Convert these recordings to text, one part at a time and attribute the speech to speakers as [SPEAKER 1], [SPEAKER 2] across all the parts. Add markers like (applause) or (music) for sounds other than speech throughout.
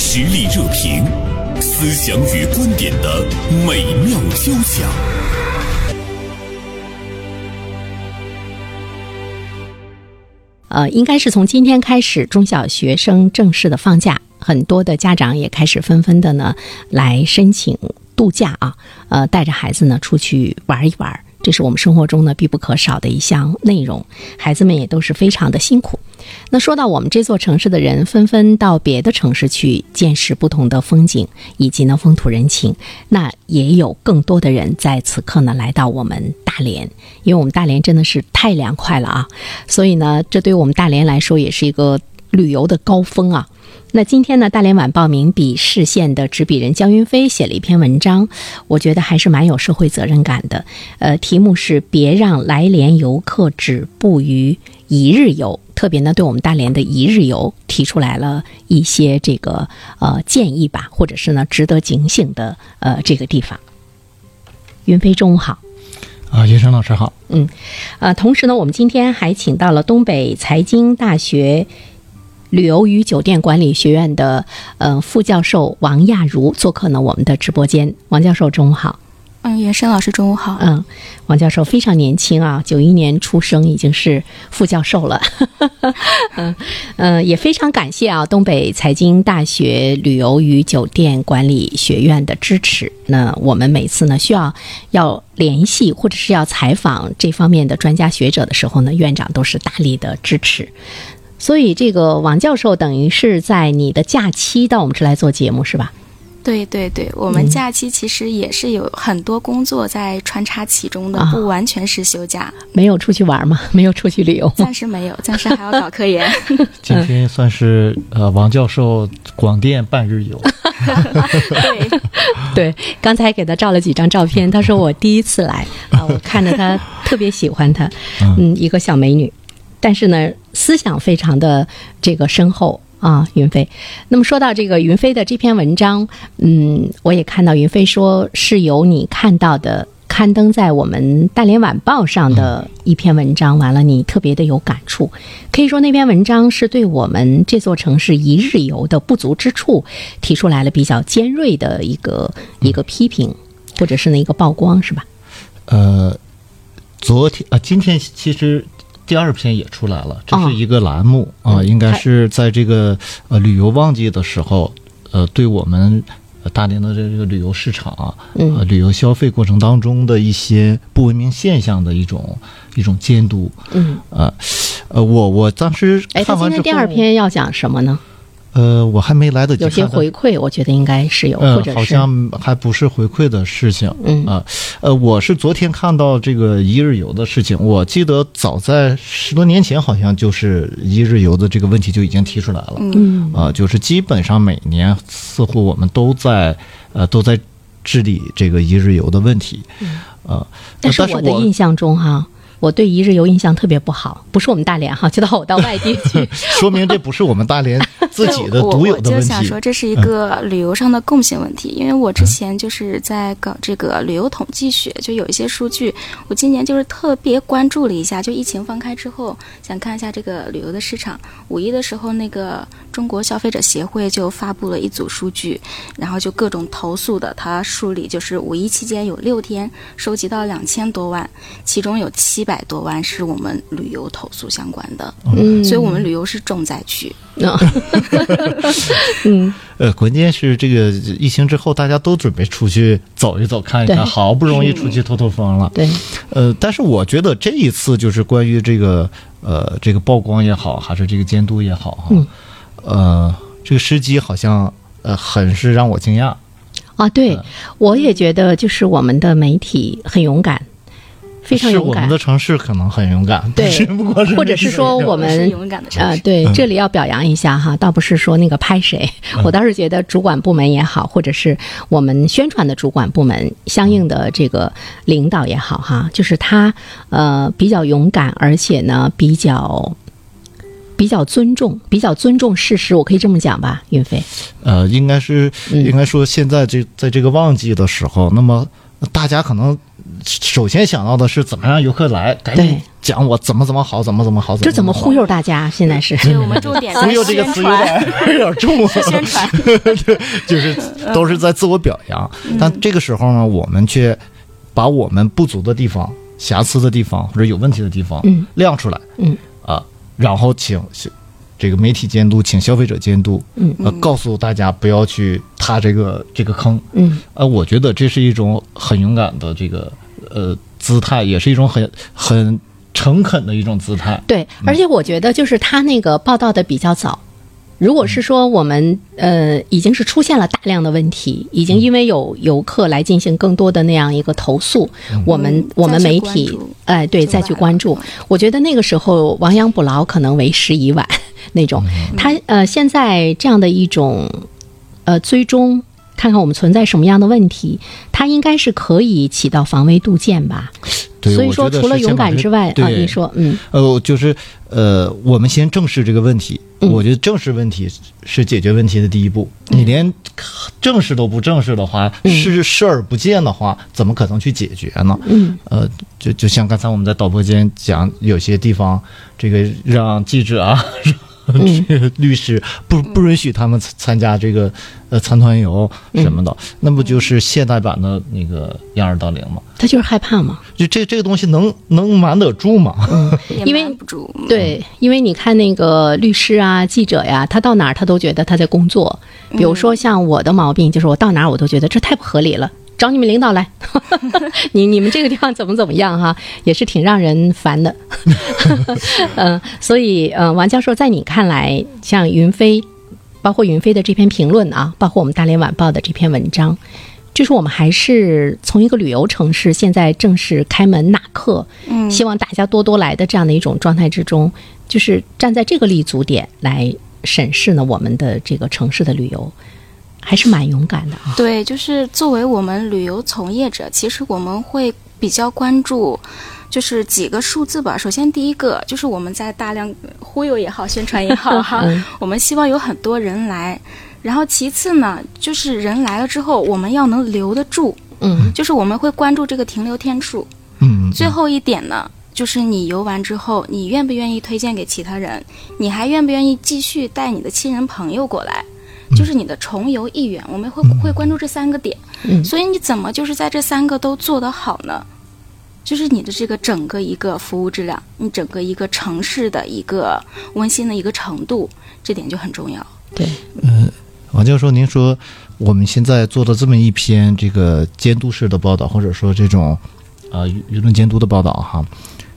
[SPEAKER 1] 实力热评，思想与观点的美妙交响。
[SPEAKER 2] 呃，应该是从今天开始，中小学生正式的放假，很多的家长也开始纷纷的呢来申请度假啊，呃，带着孩子呢出去玩一玩，这是我们生活中呢必不可少的一项内容。孩子们也都是非常的辛苦。那说到我们这座城市的人，纷纷到别的城市去见识不同的风景，以及呢风土人情。那也有更多的人在此刻呢来到我们大连，因为我们大连真的是太凉快了啊！所以呢，这对我们大连来说也是一个旅游的高峰啊。那今天呢，《大连晚报》名笔视线的执笔人江云飞写了一篇文章，我觉得还是蛮有社会责任感的。呃，题目是“别让来连游客止步于一日游”，特别呢对我们大连的一日游提出来了一些这个呃建议吧，或者是呢值得警醒的呃这个地方。云飞，中午好。
[SPEAKER 3] 啊，叶生老师好。
[SPEAKER 2] 呃，同时呢，我们今天还请到了东北财经大学旅游与酒店管理学院的呃副教授王亚茹做客呢我们的直播间。王教授，中午好。
[SPEAKER 4] 嗯，袁生老师，中午好。
[SPEAKER 2] 嗯，王教授非常年轻啊，九一年出生，已经是副教授了。 (laughs) 嗯嗯，也非常感谢啊，东北财经大学旅游与酒店管理学院的支持。那我们每次呢需要要联系或者是要采访这方面的专家学者的时候呢，院长都是大力的支持。所以，这个王教授等于是在你的假期到我们这来做节目，是吧？
[SPEAKER 4] 对对对，我
[SPEAKER 2] 嗯
[SPEAKER 4] 们假期其实也是有很多工作在穿插其中的，
[SPEAKER 2] 啊
[SPEAKER 4] 不完全是休假，
[SPEAKER 2] 没有出去玩吗？没有出去旅游吗？
[SPEAKER 4] 暂时没有，暂时还要搞科
[SPEAKER 2] (laughs)
[SPEAKER 4] 研。
[SPEAKER 3] 今天算是呃王教授广电半日
[SPEAKER 2] (laughs)
[SPEAKER 3] 游，
[SPEAKER 4] 对，
[SPEAKER 2] 对，刚才给他照了几张照片，他说我第一次来啊，我看着他特别喜欢他，嗯，一个小美女，但是呢，思想非常的这个深厚啊，云飞。那么说到这个云飞的这篇文章，嗯，我也看到云飞说是由你看到的。刊登在我们《大连晚报》上的一篇文章，完了你特别的有感触，可以说那篇文章是对我们这座城市一日游的不足之处提出来了比较尖锐的一个
[SPEAKER 3] 嗯
[SPEAKER 2] 一个批评，或者是那一个曝光，是吧？
[SPEAKER 3] 呃，昨天啊、今天其实第二篇也出来了，这
[SPEAKER 2] 哦
[SPEAKER 3] 是一个栏目啊、
[SPEAKER 2] 嗯
[SPEAKER 3] 应该
[SPEAKER 2] 还
[SPEAKER 3] 是在这个呃旅游旺季的时候，呃，对我们呃大连的这个旅游市场啊、呃，
[SPEAKER 2] 嗯
[SPEAKER 3] 旅游消费过程当中的一些不文明现象的一种一种监督。
[SPEAKER 2] 嗯。
[SPEAKER 3] 呃，呃，我我当时
[SPEAKER 2] 哎，他今
[SPEAKER 3] 看完之
[SPEAKER 2] 天
[SPEAKER 3] 后，
[SPEAKER 2] 第二篇要讲什么呢？
[SPEAKER 3] 呃，我还没来得及
[SPEAKER 2] 有些
[SPEAKER 3] 看到
[SPEAKER 2] 回馈，我觉得应该是有，或
[SPEAKER 3] 呃
[SPEAKER 2] 者，
[SPEAKER 3] 好
[SPEAKER 2] 是
[SPEAKER 3] 像还不是回馈的事情。
[SPEAKER 2] 嗯
[SPEAKER 3] 啊，呃，我是昨天看到这个一日游的事情，我记得早在十多年前，好像就是一日游的这个问题就已经提出来了。
[SPEAKER 2] 嗯
[SPEAKER 3] 啊，就是基本上每年似乎我们都在呃都在治理这个一日游的问题。呃，
[SPEAKER 2] 但嗯是
[SPEAKER 3] 但是
[SPEAKER 2] 我的
[SPEAKER 3] 我，
[SPEAKER 2] 印象中哈、我对一日游印象特别不好，不是我们大连哈、 (laughs) 就到我到外地去
[SPEAKER 3] (laughs) (laughs) 说明这不是我们大
[SPEAKER 2] (laughs)
[SPEAKER 3] 连 (laughs) 自己的
[SPEAKER 4] 我
[SPEAKER 3] 独有
[SPEAKER 4] 我
[SPEAKER 3] 的
[SPEAKER 4] 就
[SPEAKER 3] 问
[SPEAKER 4] 想
[SPEAKER 3] 题嗯
[SPEAKER 4] 说，。这是一个旅游上的共性问题，因为我之前就是在搞这个旅游统计学，就有一些数据，我今年就是特别关注了一下，就疫情放开之后，想看一下这个旅游的市场。五一的时候，那个中国消费者协会就发布了一组数据，然后就各种投诉的，它梳理就是五一期间有六天收集到两千多万，其中有七百多万是我们旅游投诉相关的，
[SPEAKER 2] 嗯，
[SPEAKER 4] 所以我们旅游是重灾区。
[SPEAKER 2] 嗯
[SPEAKER 3] 呃，关键是这个疫情之后，大家都准备出去走一走、看一
[SPEAKER 2] 对
[SPEAKER 3] 看，好不容易出去透透风了。
[SPEAKER 2] 对，
[SPEAKER 3] 呃，但是我觉得这一次就是关于这个呃这个曝光也好，还是这个监督也好哈，
[SPEAKER 2] 嗯
[SPEAKER 3] 呃，这个时机好像呃很是让我惊讶。
[SPEAKER 2] 啊，
[SPEAKER 3] 嗯
[SPEAKER 2] 对，我也觉得就是我们的媒体很勇敢，非常
[SPEAKER 3] 是
[SPEAKER 2] 勇
[SPEAKER 3] 我
[SPEAKER 2] 敢
[SPEAKER 3] 们的。城市可能很勇敢，
[SPEAKER 2] 对
[SPEAKER 3] (laughs) 只不过是
[SPEAKER 2] 或者是说我
[SPEAKER 4] 我是
[SPEAKER 2] 们
[SPEAKER 4] 勇敢的城
[SPEAKER 2] 啊，
[SPEAKER 3] 嗯
[SPEAKER 4] 市。
[SPEAKER 2] 对，这里要表扬一下哈，倒不是说那个拍谁，
[SPEAKER 3] 嗯
[SPEAKER 2] (laughs) 我倒是觉得主管部门也好，或者是我们宣传的主管部门相应的这个领导也好哈，就是他呃比较勇敢，而且呢比较比较尊重，比较尊重事实，我可以这么讲吧，云飞。
[SPEAKER 3] 呃，应该是
[SPEAKER 2] 嗯
[SPEAKER 3] 应该说现在这在这个旺季的时候，那么大家可能首先想到的是怎么让游客来，赶紧
[SPEAKER 2] 对
[SPEAKER 3] 讲我怎么怎么好，怎么怎么好，
[SPEAKER 2] 这怎么
[SPEAKER 3] 好
[SPEAKER 2] 忽悠大家？啊现在是
[SPEAKER 4] 所以我们
[SPEAKER 2] 哎
[SPEAKER 4] 重点在
[SPEAKER 3] 忽悠这个
[SPEAKER 4] 宣
[SPEAKER 3] 词有
[SPEAKER 4] 传
[SPEAKER 3] 点有点重了，
[SPEAKER 4] 宣传
[SPEAKER 3] (laughs) 对，就是
[SPEAKER 2] 嗯
[SPEAKER 3] 都是在自我表扬。但这个时候呢，我们却把我们不足的地方、瑕疵的地方或者有问题的地方
[SPEAKER 2] 嗯
[SPEAKER 3] 亮出来，
[SPEAKER 2] 嗯
[SPEAKER 3] 啊，然后请这个媒体监督，请消费者监督，
[SPEAKER 2] 嗯
[SPEAKER 3] 呃，告诉大家不要去踏这个这个坑。
[SPEAKER 2] 嗯
[SPEAKER 3] 呃，我觉得这是一种很勇敢的这个呃姿态，也是一种很很诚恳的一种姿态。
[SPEAKER 2] 对，而且我觉得就是他那个报道的比较早。如果是说我们呃已经是出现了大量的问题，已经因为有
[SPEAKER 3] 嗯
[SPEAKER 2] 游客来进行更多的那样一个投诉，我们
[SPEAKER 4] 嗯
[SPEAKER 2] 我们
[SPEAKER 4] 再去
[SPEAKER 2] 媒
[SPEAKER 4] 关
[SPEAKER 2] 体
[SPEAKER 4] 注
[SPEAKER 2] 哎对
[SPEAKER 4] 就
[SPEAKER 2] 再去
[SPEAKER 4] 晚了
[SPEAKER 2] 关注，我觉得那个时候亡羊补牢可能为时已晚
[SPEAKER 3] 嗯
[SPEAKER 2] (laughs) 那种。他呃现在这样的一种呃追踪，看看我们存在什么样的问题，它应该是可以起到防微杜渐吧。
[SPEAKER 3] 对
[SPEAKER 2] 所以
[SPEAKER 3] 我
[SPEAKER 2] 说
[SPEAKER 3] 觉得
[SPEAKER 2] 除了
[SPEAKER 3] 是先
[SPEAKER 2] 勇
[SPEAKER 3] 把
[SPEAKER 2] 敢
[SPEAKER 3] 这
[SPEAKER 2] 之外啊，
[SPEAKER 3] 对
[SPEAKER 2] 你说嗯。
[SPEAKER 3] 呃，就是呃，我们先正视这个问题。我觉得正视问题是解决问题的第一步。你连正视都不正视的话，视视而不见的话，怎么可能去解决呢？
[SPEAKER 2] 嗯，
[SPEAKER 3] 呃，就就像刚才我们在导播间讲，有些地方这个让记者啊。 (laughs) 让律师不不允许他们参参加这个呃参团游什么的，那不就是现代版的那个掩耳盗铃吗？
[SPEAKER 2] 他就是害怕嘛。
[SPEAKER 3] 就这这个东西能能瞒得住吗？ (laughs)
[SPEAKER 4] 也
[SPEAKER 2] 因为
[SPEAKER 4] 瞒不住，
[SPEAKER 2] 对，嗯因为你看那个律师啊、记者呀，他到哪儿他都觉得他在工作。比如说像我的毛病，就是我到哪儿我都觉得这太不合理了。找你们领导来，你你们这个地方怎么怎么样哈、也是挺让人烦的。 (laughs) 嗯、所以呃，王教授，在你看来，像云飞，包括云飞的这篇评论啊，包括我们大连晚报的这篇文章，就是我们还是从一个旅游城市现在正式开门纳客，
[SPEAKER 4] 嗯
[SPEAKER 2] 希望大家多多来的这样的一种状态之中，就是站在这个立足点来审视呢我们的这个城市的旅游，还是蛮勇敢的啊。
[SPEAKER 4] 对，就是作为我们旅游从业者，其实我们会比较关注。就是几个数字吧。首先，第一个就是我们在大量忽悠也好，宣传也好哈，
[SPEAKER 2] 嗯
[SPEAKER 4] (laughs) 我们希望有很多人来。然后其次呢，就是人来了之后，我们要能留得住，
[SPEAKER 2] 嗯
[SPEAKER 4] 就是我们会关注这个停留天数。
[SPEAKER 3] 嗯，
[SPEAKER 4] 最后一点呢，就是你游完之后，你愿不愿意推荐给其他人？你还愿不愿意继续带你的亲人朋友过来？就是你的重游意愿，我们会会关注这三个点。
[SPEAKER 2] 嗯
[SPEAKER 4] 所以你怎么就是在这三个都做得好呢？就是你的这个整个一个服务质量，你整个一个城市的一个温馨的一个程度，这点就很重要。
[SPEAKER 2] 对，
[SPEAKER 3] 王教授，您说我们现在做的这么一篇这个监督式的报道，或者说这种呃舆舆论监督的报道哈、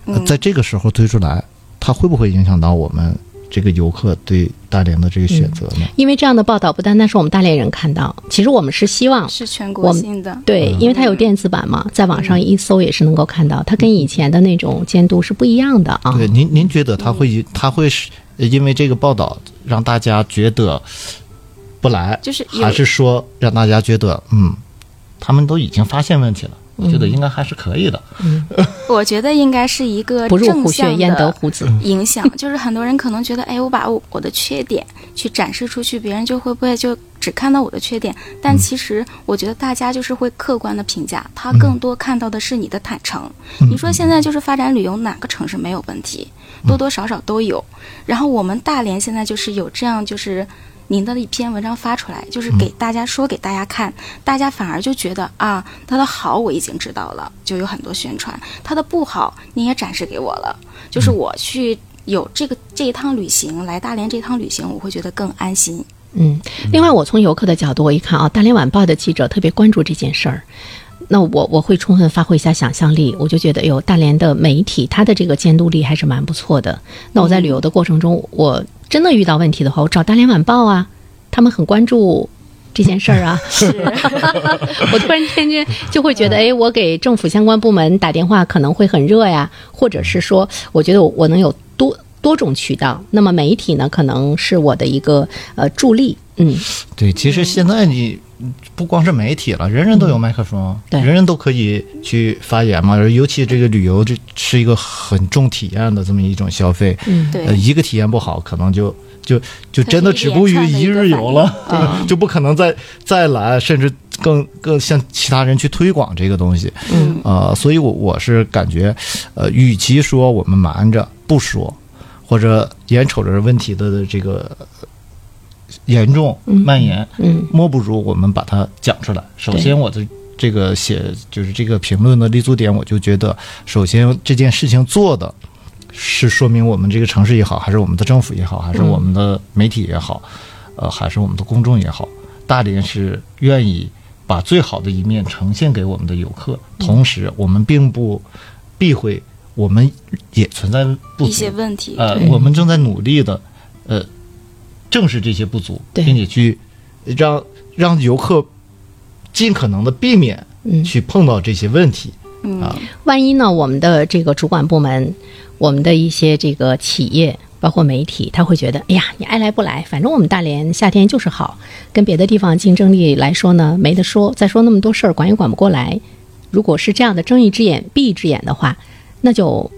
[SPEAKER 3] 呃
[SPEAKER 4] 嗯
[SPEAKER 3] 在这个时候推出来，它会不会影响到我们这个游客对大连的这个选
[SPEAKER 4] 嗯
[SPEAKER 3] 择呢？
[SPEAKER 2] 因为这样的报道不单单是我们大连人看到，其实我们是希望
[SPEAKER 4] 是全
[SPEAKER 2] 我
[SPEAKER 4] 国
[SPEAKER 2] 们
[SPEAKER 4] 性的，
[SPEAKER 2] 对，因为它有电子版嘛，在网上一搜也是能够看到，它跟以前的那种监督是不一样的啊。
[SPEAKER 3] 对，您您觉得它会它会是因为这个报道让大家觉得不来，
[SPEAKER 4] 就是有
[SPEAKER 3] 还是说让大家觉得嗯，他们都已经发现问题了，我觉得
[SPEAKER 4] 嗯
[SPEAKER 3] 应该还是可以的。
[SPEAKER 4] 我觉得应该是一个
[SPEAKER 2] 不入
[SPEAKER 4] 正
[SPEAKER 2] 虎穴
[SPEAKER 4] 向
[SPEAKER 2] 焉得
[SPEAKER 4] 的
[SPEAKER 2] 虎子。
[SPEAKER 4] 影响，就是很多人可能觉得，哎，我把我我的缺点去展示出去，别人就会不会就只看到我的缺点？但其实我觉得大家就是会客观的评价，他更多看到的是你的坦诚。你说现在就是发展旅游，哪个城市没有问题？多多少少都有。然后我们大连现在就是有这样就是。您的一篇文章发出来，就是给大家说给大家看，大家反而就觉得啊，它的好我已经知道了，就有很多宣传；它的不好你也展示给我了，就是
[SPEAKER 3] 嗯
[SPEAKER 4] 我去有这个这一趟旅行来大连这趟旅行，我会觉得更安心。
[SPEAKER 2] 嗯，另外，我从游客的角度，我一看啊，《大连晚报》的记者特别关注这件事儿，那我我会充分发挥一下想象力，我就觉得，有大连的媒体，它的这个监督力还是蛮不错的。那我在旅游的过程中，我真的遇到问题的话，我找《大连晚报》啊，他们很关注。这件事儿啊， (laughs) 我突然间间就会觉得，哎，我给政府相关部门打电话可能会很热呀，或者是说，我觉得我我能有多多种渠道。那么媒体呢，可能是我的一个呃助力，嗯，
[SPEAKER 3] 对，其实现在你不光是媒体了，人人都有麦克风，
[SPEAKER 2] 对
[SPEAKER 3] 人人都可以去发言嘛。尤其这个旅游，这是一个很重体验的这么一种消费。
[SPEAKER 2] 嗯
[SPEAKER 4] 对
[SPEAKER 3] 呃，一个体验不好，可能就就就真的止步于
[SPEAKER 4] 可能一连
[SPEAKER 3] (laughs) 日游了，就不可能再再来，甚至更更向其他人去推广这个东西。
[SPEAKER 2] 嗯，
[SPEAKER 3] 呃，所以我我是感觉，呃，与其说我们瞒着不说，或者眼瞅着问题的这个呃严重蔓延，
[SPEAKER 2] 嗯
[SPEAKER 3] 莫不如我们把它讲出来。首
[SPEAKER 2] 对
[SPEAKER 3] 先，我的这个写就是这个评论的立足点，我就觉得，首先这件事情做的是说明我们这个城市也好，还是我们的政府也好，还是我们的媒体也好，呃，还是我们的公众也好，大连是愿意把最好的一面呈现给我们的游客，同时我们并不避讳，我们也存在不
[SPEAKER 4] 一
[SPEAKER 3] 足
[SPEAKER 4] 些。问题，
[SPEAKER 3] 呃
[SPEAKER 2] 对，
[SPEAKER 3] 我们正在努力的，呃，正视这些不足，
[SPEAKER 2] 对
[SPEAKER 3] 并且去让让游客尽可能的避免
[SPEAKER 2] 嗯
[SPEAKER 3] 去碰到这些问题。啊，
[SPEAKER 2] 万一呢，我们的这个主管部门，我们的一些这个企业，包括媒体，他会觉得，哎呀，你爱来不来，反正我们大连夏天就是好，跟别的地方竞争力来说呢，没得说。再说那么多事儿，管也管不过来。如果是这样的睁一只眼闭一只眼的话，那就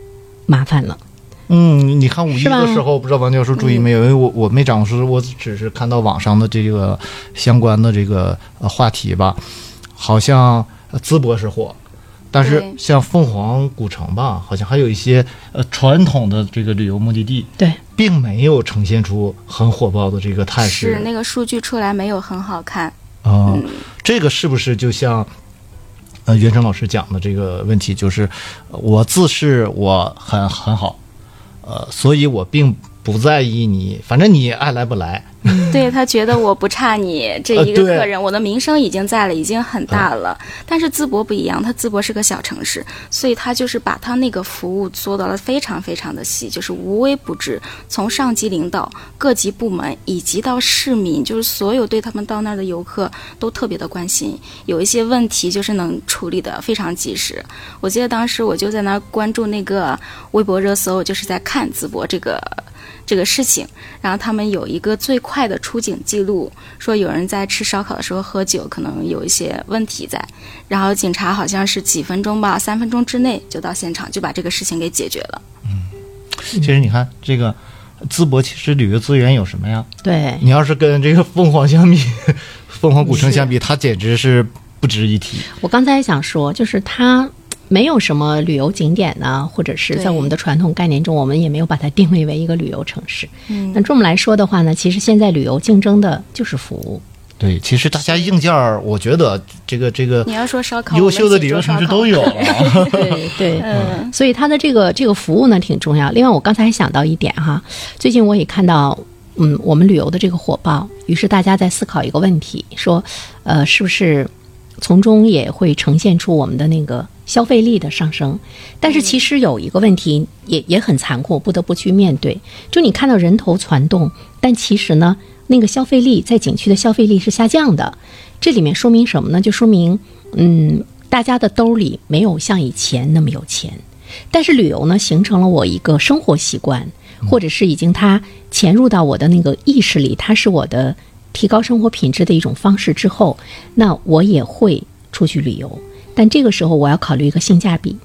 [SPEAKER 2] 麻烦了。
[SPEAKER 3] 嗯，你看五一
[SPEAKER 2] 是吧
[SPEAKER 3] 的时候，不知道王教授注意
[SPEAKER 4] 嗯
[SPEAKER 3] 没有？因为我我没掌握，我只是看到网上的这个相关的这个呃话题吧，好像呃淄博是火。但是
[SPEAKER 4] 对
[SPEAKER 3] 像凤凰古城吧，好像还有一些呃传统的这个旅游目的地，
[SPEAKER 2] 对，
[SPEAKER 3] 并没有呈现出很火爆的这个态势。
[SPEAKER 4] 是那个数据出来没有很好看，
[SPEAKER 3] 哦，
[SPEAKER 4] 嗯
[SPEAKER 3] 这个是不是就像呃袁成老师讲的这个问题，就是呃我自视我很很好，呃，所以我并不在意你，反正你爱来不来，
[SPEAKER 4] 对他觉得我不差你这一个
[SPEAKER 3] 呃对
[SPEAKER 4] 客人，我的名声已经在了，已经很大了。但是淄博不一样，他淄博是个小城市，所以他就是把他那个服务做到了非常非常的细，就是无微不至，从上级领导、各级部门以及到市民，就是所有对他们到那儿的游客都特别的关心，有一些问题就是能处理的非常及时。我记得当时我就在那儿关注那个微博热搜，就是在看淄博这个这个事情。然后他们有一个最快的出警记录，说有人在吃烧烤的时候喝酒，可能有一些问题在。然后警察好像是几分钟吧，三分钟之内就到现场，就把这个事情给解决了。嗯
[SPEAKER 3] 其实你看这个。淄博其实旅游资源有什么呀？
[SPEAKER 2] 对，
[SPEAKER 3] 你要是跟这个凤凰相比， (laughs) 凤凰古城相比，它简直是不值一提。
[SPEAKER 2] 我刚才想说，就是它没有什么旅游景点呢、或者是在
[SPEAKER 4] 对
[SPEAKER 2] 我们的传统概念中，我们也没有把它定位为一个旅游城市。
[SPEAKER 4] 嗯
[SPEAKER 2] 那这么来说的话呢，其实现在旅游竞争的就是服务。
[SPEAKER 3] 对，其实大家硬件儿，我觉得这个这个
[SPEAKER 4] 你要说烧烤，
[SPEAKER 3] 优秀的旅游城市都
[SPEAKER 4] 有。
[SPEAKER 3] 有了。
[SPEAKER 2] 对对，
[SPEAKER 4] 嗯，
[SPEAKER 2] 所以它的这个这个服务呢挺重要。另外，我刚才还想到一点哈，最近我也看到，嗯，我们旅游的这个火爆，于是大家在思考一个问题，说，呃，是不是从中也会呈现出我们的那个消费力的上升？但是其实有一个问题也也很残酷，不得不去面对。就你看到人头攒动，但其实呢，那个消费力在景区的消费力是下降的。这里面说明什么呢？就说明，嗯，大家的兜里没有像以前那么有钱，但是旅游呢，形成了我一个生活习惯，或者是已经它潜入到我的那个意识里，它是我的提高生活品质的一种方式之后，那我也会出去旅游。但这个时候，我要考虑一个性价比，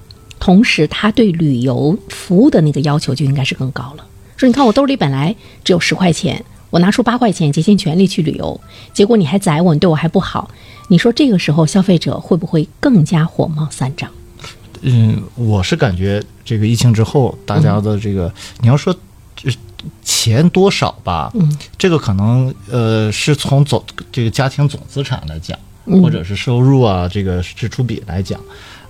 [SPEAKER 2] 同时他对旅游服务的那个要求就应该是更高了。说你看我兜里本来只有十块钱，我拿出八块钱竭尽全力去旅游，结果你还宰我，你对我还不好，你说这个时候消费者会不会更加火冒三丈？
[SPEAKER 3] 嗯，我是感觉这个疫情之后，大家的这个、你要说呃钱多少吧，嗯，这个可能呃是从总这个家庭总资产来讲，或者是收入啊这个支出比来讲，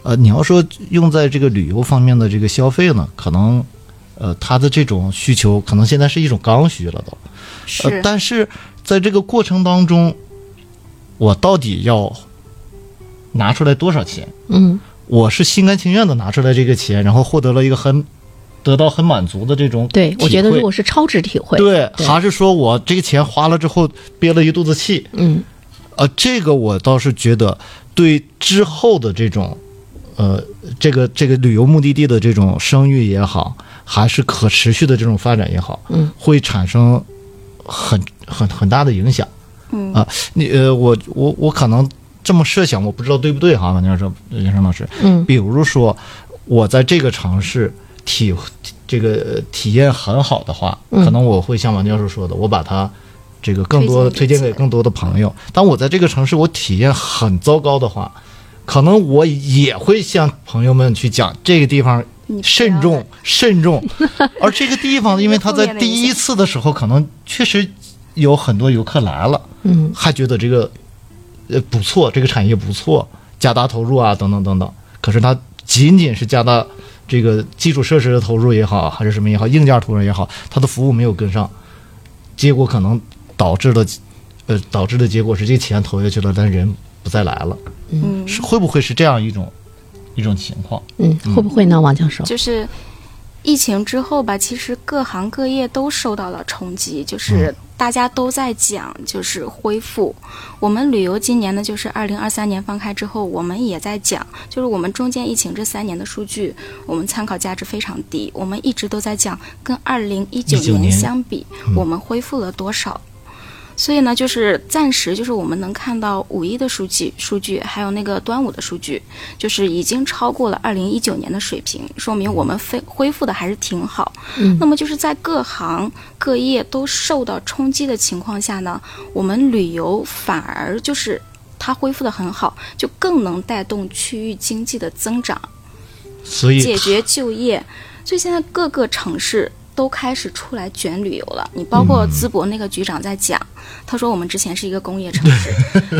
[SPEAKER 3] 呃，你要说用在这个旅游方面的这个消费呢，可能呃他的这种需求可能现在是一种刚需了都，呃，
[SPEAKER 4] 是
[SPEAKER 3] 但是在这个过程当中，我到底要拿出来多少钱？
[SPEAKER 2] 嗯，
[SPEAKER 3] 我是心甘情愿的拿出来这个钱，然后获得了一个很得到很满足的这种
[SPEAKER 2] 对，我觉得
[SPEAKER 3] 体会
[SPEAKER 2] 如果是超值体会，
[SPEAKER 3] 对，
[SPEAKER 2] 对
[SPEAKER 3] 还是说我这个钱花了之后憋了一肚子气，
[SPEAKER 2] 嗯，
[SPEAKER 3] 呃，这个我倒是觉得对之后的这种呃这个这个旅游目的地的这种声誉也好，还是可持续的这种发展也好，
[SPEAKER 2] 嗯，
[SPEAKER 3] 会产生很很很大的影响。
[SPEAKER 4] 嗯
[SPEAKER 3] 啊，你呃，我我我可能这么设想，我不知道对不对哈，王教授、袁生老师，
[SPEAKER 2] 嗯
[SPEAKER 3] 比如说我在这个城市
[SPEAKER 4] 嗯
[SPEAKER 3] 体这个呃体验很好的话，可能我会像王教授说的，我把它这个更多的推
[SPEAKER 4] 推荐
[SPEAKER 3] 荐
[SPEAKER 4] 给
[SPEAKER 3] 给更多的朋友。当我在这个城市我体验很糟糕的话，可能我也会向朋友们去讲这个地方
[SPEAKER 4] 你不
[SPEAKER 3] 慎
[SPEAKER 4] 要
[SPEAKER 3] 重， (laughs) 慎重。而这个地方，因为它在
[SPEAKER 4] (laughs) 负面的
[SPEAKER 3] 第
[SPEAKER 4] 影
[SPEAKER 3] 一
[SPEAKER 4] 响
[SPEAKER 3] 次的时候，可能确实有很多游客来了，
[SPEAKER 2] 嗯，
[SPEAKER 3] 还觉得这个呃不错，这个产业不错，加大投入啊，等等等等。可是它仅仅是加大这个基础设施的投入也好，还是什么也好，硬件投入也好，它的服务没有跟上，结果可能导致了呃导致的结果是这钱投下去了，但人不再来了，
[SPEAKER 4] 嗯，
[SPEAKER 3] 是会不会是这样一种一种情况？
[SPEAKER 2] 嗯，会不会呢，王教授？
[SPEAKER 4] 就是疫情之后吧，其实各行各业都受到了冲击，
[SPEAKER 3] 嗯
[SPEAKER 4] 就是大家都在讲就是恢复。我们旅游今年呢，就是二零二三年放开之后，我们也在讲，就是我们中间疫情这三年的数据，我们参考价值非常低。我们一直都在讲，跟二零一九嗯
[SPEAKER 3] 19年
[SPEAKER 4] 相比，我们恢复了多少。所以呢，就是暂时就是我们能看到五一的数据，数据还有那个端午的数据，就是已经超过了二零一九年的水平，说明我们恢恢复的还是挺好。
[SPEAKER 2] 嗯
[SPEAKER 4] 那么就是在各行各业都受到冲击的情况下呢，我们旅游反而就是它恢复的很好，就更能带动区域经济的增长。
[SPEAKER 3] 所以
[SPEAKER 4] 解决就业。所以现在各个城市都开始出来卷旅游了。你包括淄博那个局长在讲，他说我们之前是一个工业城市，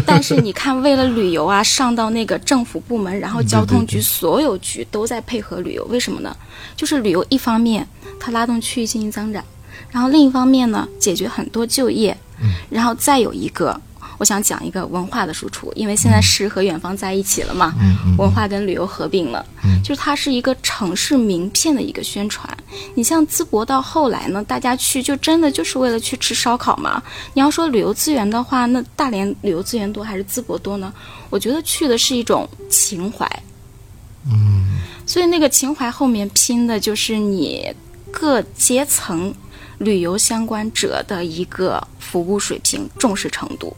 [SPEAKER 4] 但是你看，为了旅游啊，上到那个政府部门，然后交通局所有局都在配合旅游，为什么呢？就是旅游一方面它拉动区域经济增长，然后另一方面呢，解决很多就业，
[SPEAKER 3] 嗯
[SPEAKER 4] 然后再有一个。我想讲一个文化的输出，因为
[SPEAKER 3] 嗯
[SPEAKER 4] 现在诗和远方在一起了嘛，
[SPEAKER 2] 嗯
[SPEAKER 4] 文化跟旅游合并了，就是它是一个城市名片的一个宣传。你像淄博到后来呢，大家去就真的就是为了去吃烧烤嘛。你要说旅游资源的话，那大连旅游资源多还是淄博多呢？我觉得去的是一种情怀。嗯，所以那个情怀后面拼的就是你各阶层旅游相关者的一个服务水平、重视程度。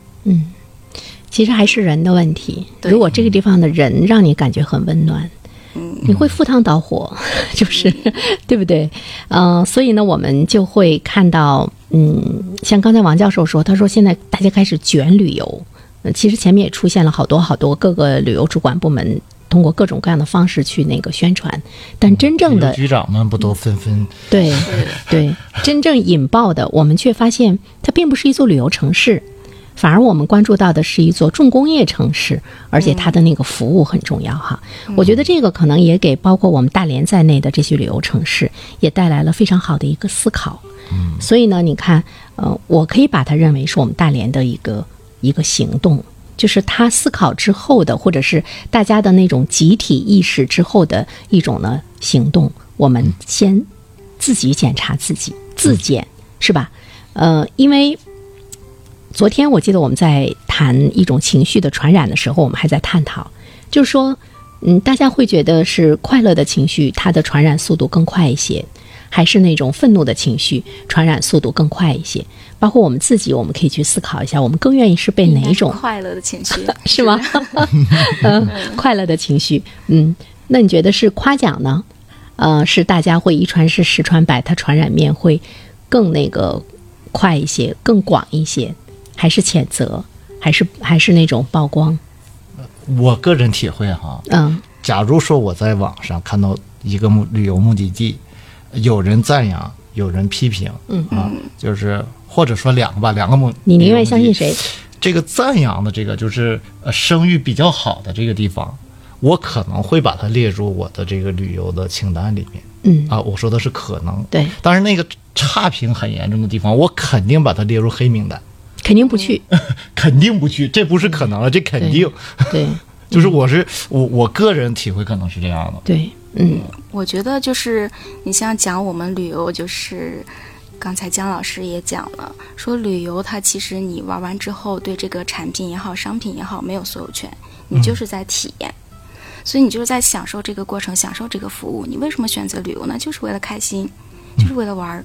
[SPEAKER 2] 其实还是人的问题。
[SPEAKER 4] 对
[SPEAKER 2] 如果这个地方的人让你感觉很温暖，
[SPEAKER 4] 嗯
[SPEAKER 2] 你会赴汤蹈火， (laughs) 就是对不对？呃，所以呢，我们就会看到，嗯，像刚才王教授说，他说现在大家开始卷旅游，呃其实前面也出现了好多好多各个旅游主管部门通过各种各样的方式去那个宣传，
[SPEAKER 3] 嗯
[SPEAKER 2] 但真正的
[SPEAKER 3] 局长们不都纷纷
[SPEAKER 2] 对对，真正引爆的，我们却发现它并不是一座旅游城市，反而我们关注到的是一座重工业城市，而且它的那个服务很重要哈。我觉得这个可能也给包括我们大连在内的这些旅游城市也带来了非常好的一个思考。所以呢，你看，呃，我可以把它认为是我们大连的一个一个行动，就是他思考之后的，或者是大家的那种集体意识之后的一种呢行动。我们先自己检查自己，自检是吧？呃，因为昨天我记得我们在谈一种情绪的传染的时候，我们还在探讨，就是说，嗯，大家会觉得是快乐的情绪，它的传染速度更快一些，还是那种愤怒的情绪传染速度更快一些？包括我们自己，我们可以去思考一下，我们更愿意是被哪
[SPEAKER 4] 应该是
[SPEAKER 2] 种
[SPEAKER 4] 快乐的情
[SPEAKER 2] (laughs)
[SPEAKER 4] 绪
[SPEAKER 2] 是吗？嗯，快乐的情绪，嗯，那你觉得是夸奖呢？呃，是大家会一传十，十传百，它传染面会更那个快一些，更广一些，还是谴责，还是还是那种曝光？
[SPEAKER 3] 我个人体会哈、
[SPEAKER 2] 嗯
[SPEAKER 3] 假如说我在网上看到一个目旅游目的地，有人赞扬，有人批评，嗯啊，就是或者说两个吧，两个目，
[SPEAKER 2] 你宁愿相信谁？
[SPEAKER 3] 这个赞扬的这个就是呃声誉比较好的这个地方，我可能会把它列入我的这个旅游的清单里面。
[SPEAKER 2] 嗯，
[SPEAKER 3] 啊，我说的是可能，
[SPEAKER 2] 对，
[SPEAKER 3] 但是那个差评很严重的地方，我肯定把它列入黑名单，
[SPEAKER 2] 肯定不去。
[SPEAKER 3] 肯定不去，这不是可能了，这肯定。
[SPEAKER 2] 对
[SPEAKER 3] (laughs) 就是我是我我个人体会可能是这样的，
[SPEAKER 2] 对，嗯
[SPEAKER 4] 我觉得就是你像讲我们旅游，就是刚才姜老师也讲了，说旅游它其实你玩完之后，对这个产品也好、商品也好没有所有权，你就是在体验。所以你就是在享受这个过程，享受这个服务。你为什么选择旅游呢？就是为了开心，就是为了玩儿。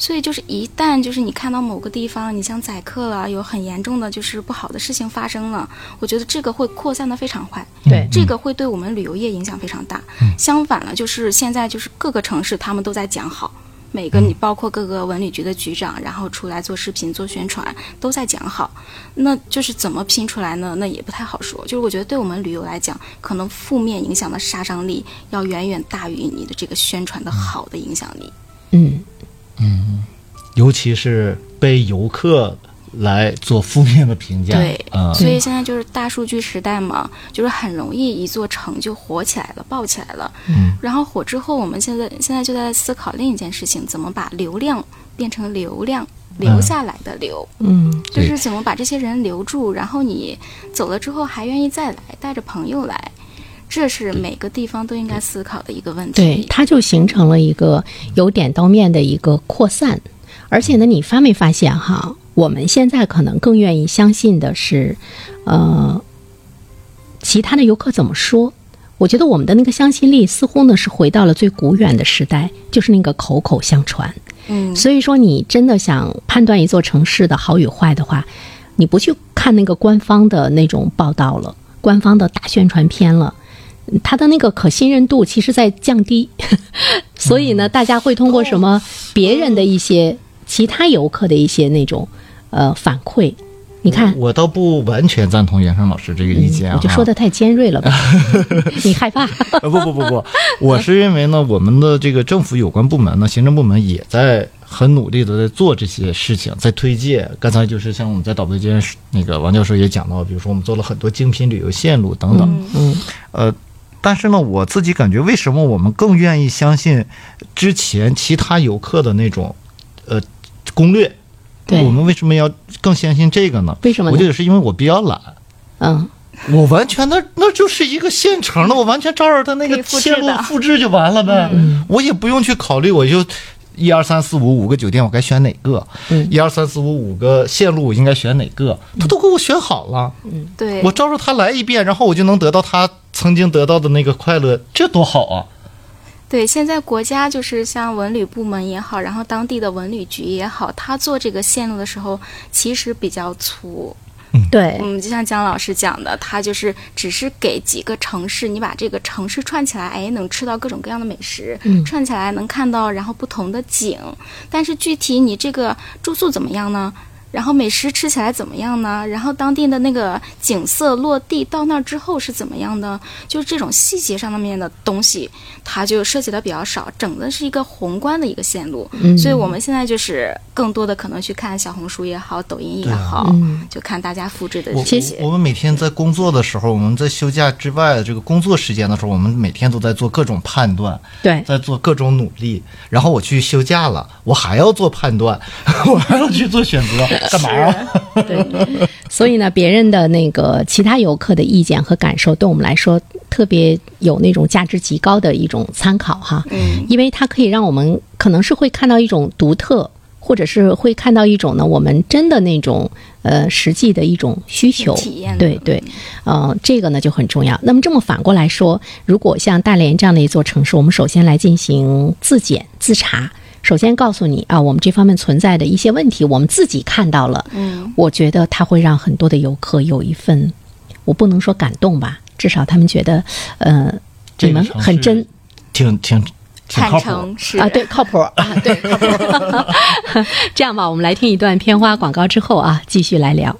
[SPEAKER 4] 所以就是一旦就是你看到某个地方，你像宰客了，有很严重的就是不好的事情发生了，我觉得这个会扩散的非常快。
[SPEAKER 2] 对，
[SPEAKER 4] 这个会对我们旅游业影响非常大。相反呢，就是现在就是各个城市他们都在讲好，每个你包括各个文旅局的局长，然后出来做视频做宣传，都在讲好。那就是怎么拼出来呢？那也不太好说。就是我觉得对我们旅游来讲，可能负面影响的杀伤力要远远大于你的这个宣传的好的影响力。
[SPEAKER 2] 嗯，
[SPEAKER 3] 尤其是被游客来做负面的评价，
[SPEAKER 4] 对
[SPEAKER 3] 啊、
[SPEAKER 4] 所以现在就是大数据时代嘛，就是很容易一座城就火起来了，爆起来了。
[SPEAKER 3] 嗯，
[SPEAKER 4] 然后火之后，我们现在现在就在思考另一件事情，怎么把流量变成流量。留下来的留，
[SPEAKER 2] 嗯，
[SPEAKER 4] 就
[SPEAKER 3] 对
[SPEAKER 4] 是怎么把这些人留住，然后你走了之后还愿意再来，带着朋友来，这是每个地方都应该思考的一个问题。
[SPEAKER 2] 对，它就形成了一个由点到面的一个扩散。而且呢，你发没发现哈？我们现在可能更愿意相信的是，呃，其他的游客怎么说？我觉得我们的那个相信力似乎呢是回到了最古远的时代，就是那个口口相传。
[SPEAKER 4] 嗯，
[SPEAKER 2] 所以说，你真的想判断一座城市的好与坏的话，你不去看那个官方的那种报道了，官方的大宣传片了。嗯它的那个可信任度其实在降低， (laughs) 所以呢，大家会通过什么别人的一些其他游客的一些那种呃反馈，你看，
[SPEAKER 3] 我倒不完全赞同袁胜老师这个意见
[SPEAKER 2] 嗯
[SPEAKER 3] 啊，
[SPEAKER 2] 我就说的太尖锐了吧？ (laughs) 你害怕？
[SPEAKER 3] (laughs) 呃不不不不，我是认为呢，我们的这个政府有关部门呢，行政部门也在很努力的在做这些事情，在推介。刚才就是像我们在导播间那个王教授也讲到，比如说我们做了很多精品旅游线路等等，
[SPEAKER 2] 嗯
[SPEAKER 3] 呃。但是呢，我自己感觉，为什么我们更愿意相信之前其他游客的那种，呃，攻略？
[SPEAKER 2] 对
[SPEAKER 3] 我们为什么要更相信这个呢？
[SPEAKER 2] 为什么呢
[SPEAKER 3] 我觉得是因为我比较懒，
[SPEAKER 2] 嗯，
[SPEAKER 3] 我完全那那就是一个现成的，我完全照着他那
[SPEAKER 4] 可以
[SPEAKER 3] 个
[SPEAKER 4] 复制
[SPEAKER 3] 线
[SPEAKER 4] 的嗯
[SPEAKER 3] 路复制就完了呗，我也不用去考虑，我就一二三四五五个酒店我该选哪个
[SPEAKER 2] 嗯，
[SPEAKER 3] 一二三四五五个线路我应该选哪个，他都给我选好了，
[SPEAKER 4] 对
[SPEAKER 3] 我照着他来一遍，然后我就能得到他曾经得到的那个快乐，这多好啊！
[SPEAKER 4] 对，现在国家就是像文旅部门也好，然后当地的文旅局也好，他做这个线路的时候其实比较粗。
[SPEAKER 2] 对，
[SPEAKER 4] 嗯，就像姜老师讲的，他就是只是给几个城市，你把这个城市串起来，哎，能吃到各种各样的美食，
[SPEAKER 2] 嗯
[SPEAKER 4] 串起来能看到然后不同的景。但是具体你这个住宿怎么样呢？然后美食吃起来怎么样呢？然后当地的那个景色落地到那儿之后是怎么样的？就是这种细节上面的东西，它就涉及的比较少，整的是一个宏观的一个线路。
[SPEAKER 2] 嗯
[SPEAKER 4] 所以我们现在就是更多的可能去看小红书也好，抖音也
[SPEAKER 3] 对啊
[SPEAKER 4] 好，
[SPEAKER 2] 嗯
[SPEAKER 4] 就看大家复制的
[SPEAKER 3] 我
[SPEAKER 4] 这些
[SPEAKER 3] 我。我们每天在工作的时候，我们在休假之外的这个工作时间的时候，我们每天都在做各种判断，
[SPEAKER 2] 对，
[SPEAKER 3] 在做各种努力，然后我去休假了，我还要做判断， (laughs) 我还要去做选择，干嘛啊呀？
[SPEAKER 2] 所以呢，别人的那个其他游客的意见和感受，对我们来说特别有那种价值极高的一种参考哈，
[SPEAKER 4] 嗯，
[SPEAKER 2] 因为它可以让我们可能是会看到一种独特，或者是会看到一种呢我们真的那种呃实际的一种需求
[SPEAKER 4] 体验的
[SPEAKER 2] 对对，呃，这个呢就很重要。那么这么反过来说，如果像大连这样的一座城市，我们首先来进行自检自查。首先告诉你啊，我们这方面存在的一些问题，我们自己看到了，
[SPEAKER 4] 嗯，
[SPEAKER 2] 我觉得它会让很多的游客有一份，我不能说感动吧，至少他们觉得，呃，你们很真
[SPEAKER 3] 挺挺挺
[SPEAKER 4] 坦
[SPEAKER 3] 靠谱。
[SPEAKER 4] 诚是
[SPEAKER 2] 啊，对，靠谱 (laughs) 儿啊，对，靠谱儿。这样吧，我们来听一段片花广告之后啊，继续来聊。